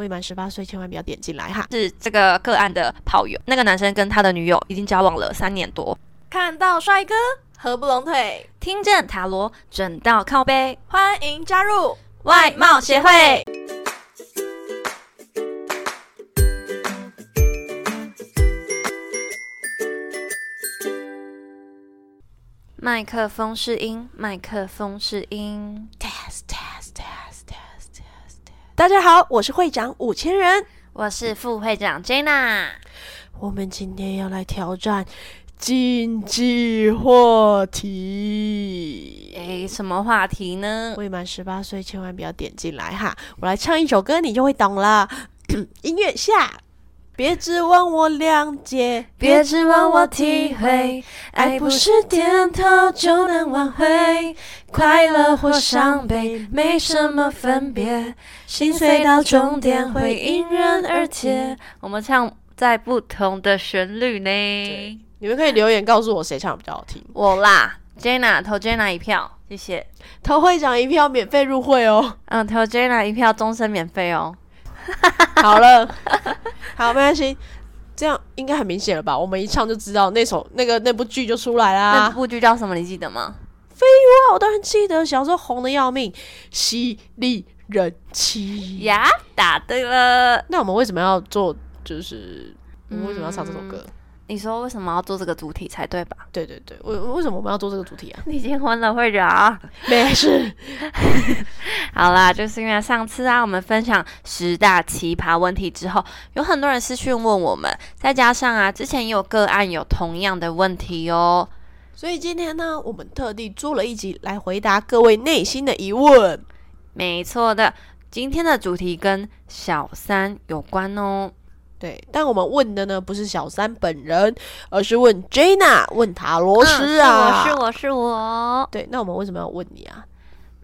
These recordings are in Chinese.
未满十八岁千万不要点进来哈。是这个个案的炮友，那个男生跟他的女友已经交往了三年多。看到帅哥合不拢腿，听见塔罗，准到靠背，欢迎加入外貌协会。麦克风试音，麦克风试音。 Test test test test test。大家好，我是会长五千人，我是副会长 Jenna。我们今天要来挑战禁忌话题。诶，什么话题呢？未满十八岁千万不要点进来哈。我来唱一首歌，你就会懂了。 音乐下，别指望我谅解，哎别指望我体会，爱不是点头就能挽回，快乐或伤悲没什么分别，心碎到终点会因人而解。我们唱在不同的旋律呢。你们可以留言告诉我谁唱比较好听。我啦，Jenna 投 Jenna 一票，谢谢。投会长一票免费入会哦。嗯，投 Jenna 一票，终身免费哦。 好了，好，没关系，这样应该很明显了吧？我们一唱就知道那首那个那部剧就出来啦。那部剧叫什么？你记得吗？哇，我当然记得，小时候红的要命，《犀利人妻》。呀，答对了。那我们为什么要做？就是我们为什么要唱这首歌？你说为什么要做这个主题才对吧？对对对，为为什么我们要做这个主题啊？你结婚了，会啊长。没事，好啦，就是因为上次啊，我们分享十大奇葩问题之后，有很多人私讯问我们，再加上啊，之前也有个案有同样的问题哦。 所以今天呢，我们特地做了一集来回答各位内心的疑问。没错的，今天的主题跟小三有关哦。对，但我们问的呢不是小三本人，而是问 Jana，问塔罗师啊。嗯是我，是我，是我。对，那我们为什么要问你啊？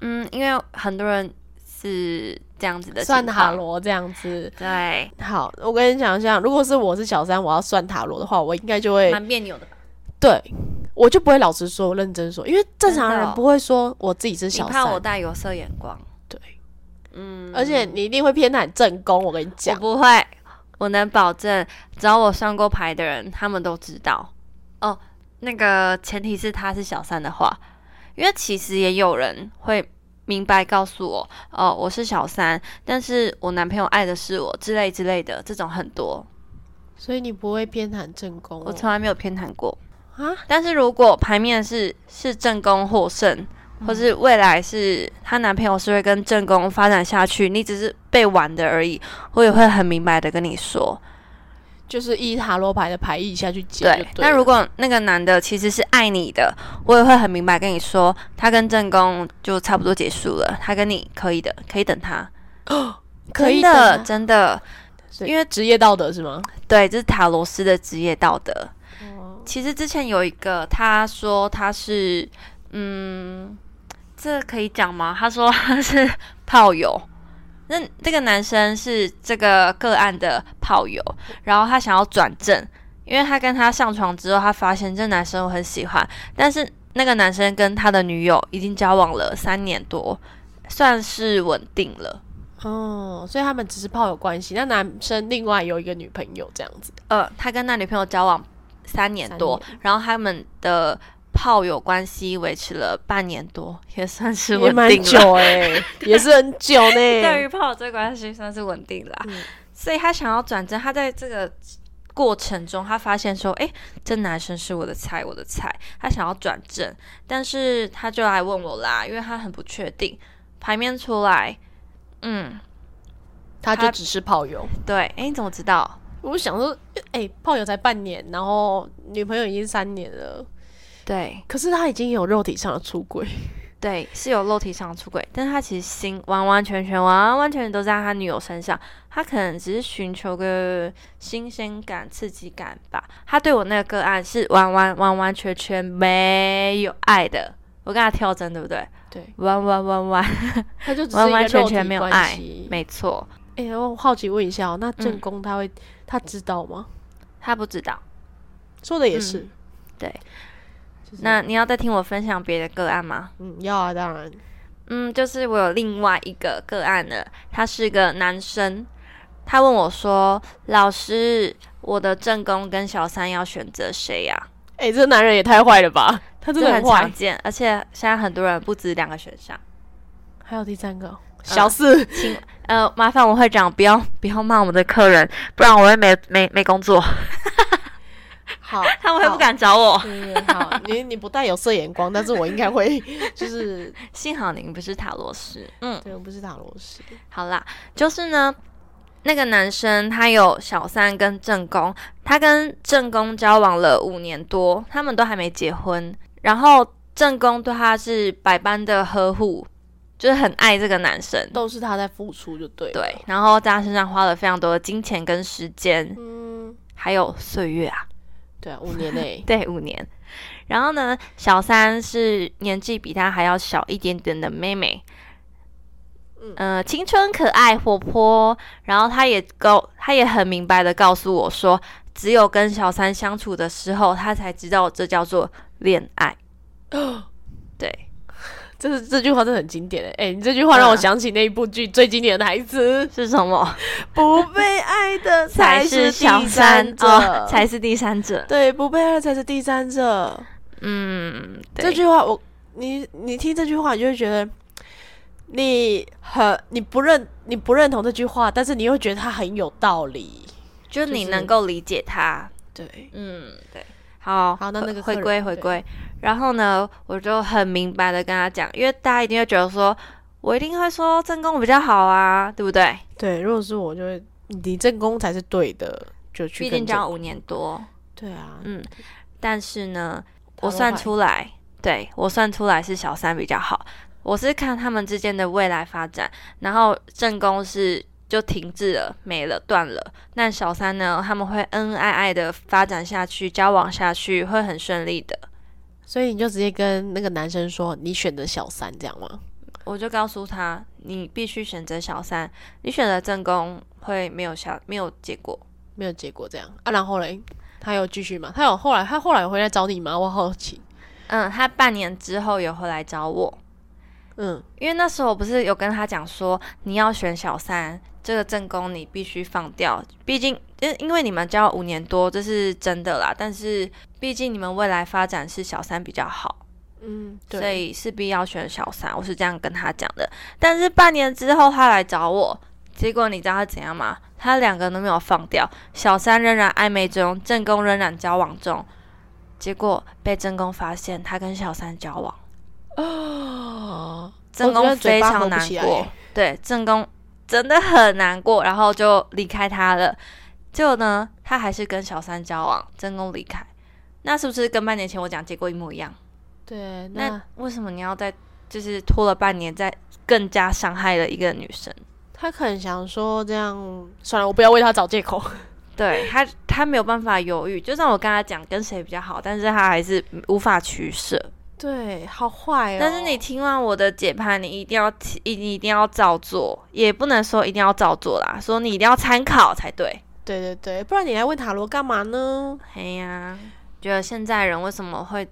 嗯，因为很多人是这样子的算情塔况。罗这样子。对，好，我跟你讲一下，如果是我是小三，我要算塔罗的话，我应该就会蛮别扭的吧。对，我就不会老实说，我认真说，因为正常真人的哦不会说我自己是你小怕三，我带有色眼光？对，嗯而且你一定会偏袒正宫。我跟你我讲，不会，我能保证，只要我算过牌的人，他们都知道。哦，那个前提是他是小三的话，因为其实也有人会明白告诉我，哦，我是小三，但是我男朋友爱的是我之类之类的，这种很多，所以你不会偏袒正宫、哦我从来没有偏袒过。啊，但是如果牌面是是正宫获胜，或是未来是她男朋友是会跟正宫发展下去，你只是被玩的而已，我也会很明白的跟你说。就是依塔罗牌的牌意下去解就对了。，那如果那个男的其实是爱你的，我也会很明白跟你说，他跟正宫就差不多结束了，他跟你可以的，可以等他，可以真的嗯吗，真的，所以因为职业道德是吗？对，这是塔罗斯的职业道德。哦，其实之前有一个，他说他是，嗯，这可以讲吗？他说他是炮友。 那这个男生是这个个案的炮友，然后他想要转正，因为他跟他上床之后，他发现这男生我很喜欢，但是那个男生跟他的女友已经交往了三年多，算是稳定了。哦，所以他们只是炮友关系。那男生另外有一个女朋友这样子，呃，他跟那女朋友交往三年多，三然后他们的炮友关系维持了半年多，也算是也稳蛮定了。久哎、也是很久 呢、 对于炮友这关系算是稳定了啊、嗯所以他想要转正，他在这个过程中，他发现说，诶，这男生是我的菜，我的菜。他想要转正，但是他就来问我啦，因为他很不确定，牌面出来，嗯，他就他只是炮友。对，诶，你怎么知道？我想说，哎、炮友才半年，然后女朋友已经三年了，对，可是他已经有肉体上的出轨，对，是有肉体上的出轨，但是他其实心完完全全、完完全全都在他女友身上。他可能只是寻求个新鲜感、刺激感吧。他对我那个个案是完完完完全全没有爱的。我跟他跳针，对不对？对，完完完完，他就只是完一个完肉全体全没有关爱系。，没错。哎、我好奇问一下、哦，那正宫他会、他知道吗？他不知道。说的也是，嗯对就是那你要再听我分享别的个案吗？嗯，要啊，当然，嗯，就是我有另外一个个案呢，他是个男生，他问我说：“老师，我的正宫跟小三要选择谁呀、哎、这男人也太坏了吧！他这真的很很常坏。见，而且现在很多人不止两个选项。还有第三个哦小 四，请呃，麻烦我会长不要不要骂我们的客人，不然我会没没没工作，好，他们会好不。敢找我。对对对好，你你不带有色眼光，但是我应该会，就是呃幸好您不是塔罗师，嗯， 对，我不是塔罗师，好啦，就是呢，那个男生他有小三跟正宫，他跟正宫交往了五年多，他们都还没结婚。然后正宫对他是百般的呵护，就是很爱这个男生，都是他在付出就对了对。，然后在他身上花了非常多的金钱跟时间，嗯，还有岁月啊，对啊，五年内对，五年。然后呢，小三是年纪比他还要小一点点的妹妹，嗯呃，青春可爱活泼。然后她也告，她也很明白的告诉我说，只有跟小三相处的时候，她才知道这叫做恋 爱。对， 这是这句话真的很经典诶、哎、你这句话让我嗯想起那一部剧最经典的台词是什么？ “ 不被爱的才是小第三三者”，哦，才是第三者。 对，不被爱才是第三者。嗯，对这句话我你你听这句话，你就会觉得你很你不认你不认同这句话，但是你又觉得它很有道理。就是就你是能够理解他，对，嗯，对。好，好那回那个客回人归回对归，然后呢，我就很明白的跟他讲，因为大家一定会觉得说，我一定会说正宫比较好啊，对不对？对，如果是我，就会你正宫才是对的，就去毕跟竟正交往五年多，对啊，嗯，但是呢，塔罗我算牌出来，对我算出来是小三比较好，我是看他们之间的未来发展，然后正宫是。就停滞了，没了，断了。那小三呢？他们会恩恩爱爱的发展下去，交往下去，会很顺利的。所以你就直接跟那个男生说，你选择小三这样吗？我就告诉他，你必须选择小三，你选择正宫会没有小没有结果。没有结果这样啊？然后嘞，他有继续吗？他有后来他后来有回来找你吗？我好奇。嗯，他半年之后有回来找我，嗯，因为那时候我不是有跟他讲说，你要选小三，这个正宫你必须放掉，毕竟因因为你们交往五年多，这是真的啦。但是毕竟你们未来发展是小三比较好，嗯，所对，以势必要选小三，我是这样跟他讲的。但是半年之后他来找我，结果你知道他怎样吗？他两个都没有放掉，小三仍然暧昧中，正宫仍然交往中。结果被正宫发现他跟小三交往，哦，正我觉宫得嘴非巴常合不难起来过耶，对，正宫真的很难过，然后就离开他了。结果呢，他还是跟小三交往，正宫离开，那是不是跟半年前我讲结果一模一样？对，那那为什么你要在就是拖了半年，再更加伤害了一个女生？他可能想说这样算了，我不要为他找借口。 对他，他没有办法犹豫。就算我跟他讲跟谁比较好，但是他还是无法取舍。对，好坏哦。但是你听完我的解盘，你一定要听，你一定要照做，也不能说一定要照做啦，说你一定要参考才对。对对对，不然你来问塔罗干嘛呢？哎呀，觉得现在人为什么会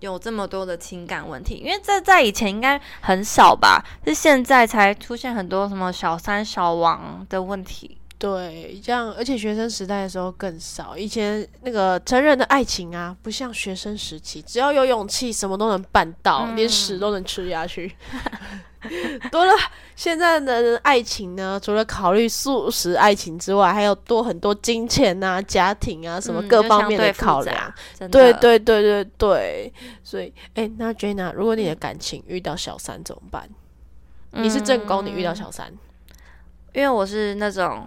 有这么多的情感问题？因为这在以前应该很少吧，是现在才出现很多什么小三、小王的问题。对，这样，而且学生时代的时候更少。以前那个成人的爱情啊，不像学生时期，只要有勇气，什么都能办到，嗯连屎都能吃下去。 多了，现在的爱情呢，除了考虑素食爱情之外，还有多很多金钱啊、家庭啊什么嗯各就方相面对的复考杂量。，真对的对对对对，所以哎、诶那 Jenna，如果你嗯的感情遇到小三怎么办？你是正宫，你遇到嗯小三，因为我是那种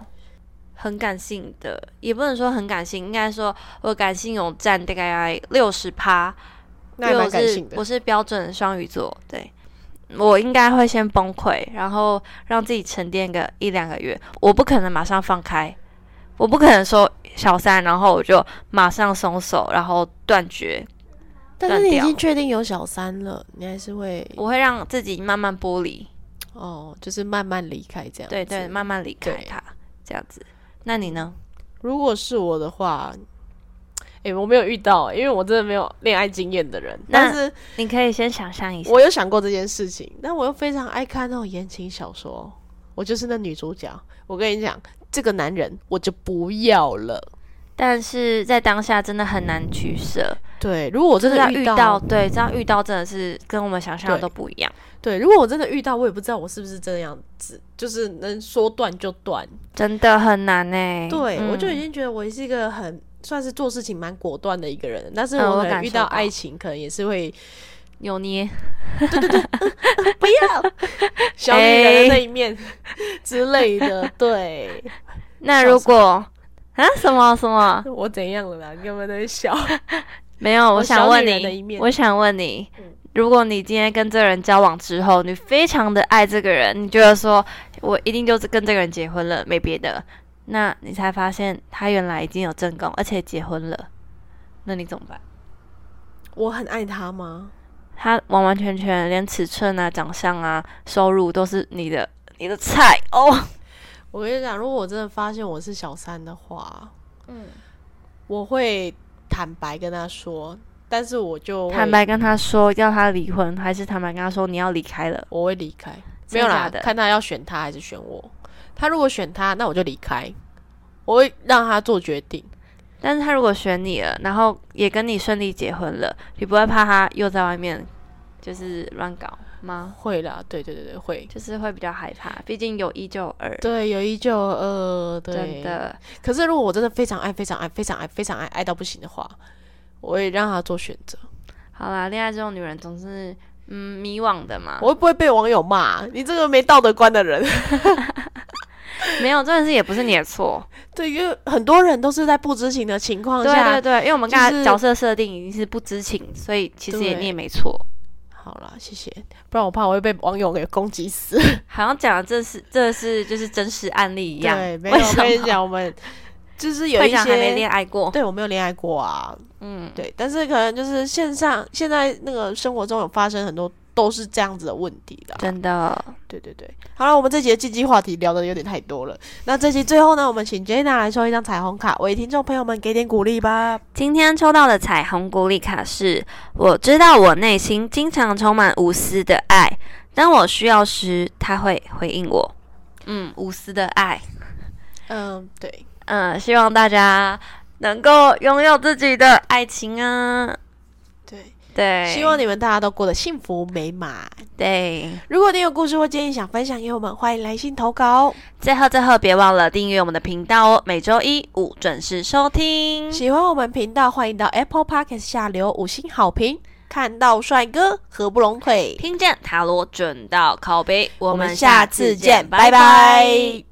很感性的，也不能说很感性，应该说我感性有占大概六十趴，因那为也我蛮感是性我的。是标准的双鱼座，对。我应该会先崩溃，然后让自己沉淀个一两个月。我不可能马上放开，我不可能说小三，然后我就马上松手，然后断绝。但断是你已掉经确定有小三了，你还是会我会让自己慢慢剥离，哦，就是慢慢离开这样。对对，。慢慢离开对他，这样子。那你呢？如果是我的话，哎、我没有遇到，因为我真的没有恋爱经验的人。那但是你可以先想象一下，我有想过这件事情，但我又非常爱看那种言情小说，我就是那女主角。我跟你讲，这个男人我就不要了。但是在当下真的很难取舍，对，如果我真这的样遇遇到，对，这样遇到真的是跟我们想象的对都不一样，对，如果我真的遇到，我也不知道我是不是这样子，就是能说断就断。真的很难呢、对，我就嗯已经觉得我是一个很算是做事情蛮果断的一个人，但是嗯我我可能感遇受到到爱情，可能也是会扭捏，不 要小女哎人的那一面之类的。对， 那笑如死果啊什么什么我怎样了啦？你干嘛在那边笑？ 没有？我想小问女人的一你，面我想问你嗯，如果你今天跟这个人交往之后，你非常的爱这个人，你觉得说我一定就是跟这个人结婚了，没别的，那你才发现他原来已经有正宫，而且结婚了，那你怎么办？我很爱他吗？他完完全全连尺寸啊、长相啊、收入都是你的你的菜哦。我跟你讲，如果我真的发现我是小三的话，嗯，我会坦白跟他说，但是我就会坦，白跟他说要他离婚，还是坦白跟他说你要离开了？我会离开。没真有的啦假，的看他要选他还是选我。他如果选他，那我就离开，我会让他做决定。但是他如果选你了，然后也跟你顺利结婚了，你不会怕他又在外面就是乱搞吗？会啦，对对对对，会。就是会比较害怕，毕竟有一就有二，对，有一就有二，对。真的。可是如果我真的非常爱、非常爱、非常爱、非常爱，爱到不行的话，我会让他做选择。好啦，恋爱这种女人总是嗯迷惘的嘛，我会不会被网友骂？你这个没道德观的人。 没有，真的是也不是你的错。对，因为很多人都是在不知情的情况对下。对对，因为我们就刚才是角色设定已经是不知情，所以其实也对你也没错。好啦，谢谢，不然我怕我会被网友给攻击死。好像讲的这是这是就是真实案例一样，对，没有，为我什跟你么？讲，我们就是有会一长还没恋些。爱过，对，我没有恋爱过啊，嗯，对，但是可能就是线上现在那个生活中有发生很多都是这样子的问题的啊、真的。对对对，好了，我们这集的禁忌话题聊的有点太多了。那这集最后呢，我们请 Jenna 来抽一张彩虹卡，为听众朋友们给点鼓励吧。今天抽到的彩虹鼓励卡是：我知道我内心经常充满无私的爱，当我需要时，他会回应我。嗯，无私的爱。嗯，对，嗯，希望大家能够拥有自己的爱情啊。对，对，希望你们大家都过得幸福美满。对。如果你有故事或建议想分享给我们，欢迎来信投稿。最后，最后别忘了订阅我们的频道哦，每周一五准时收听。喜欢我们频道，欢迎到 Apple Podcast 下留五星好评。看到帅哥合不拢腿，听见塔罗准到靠背，我我们们下下次次见，见，拜拜拜拜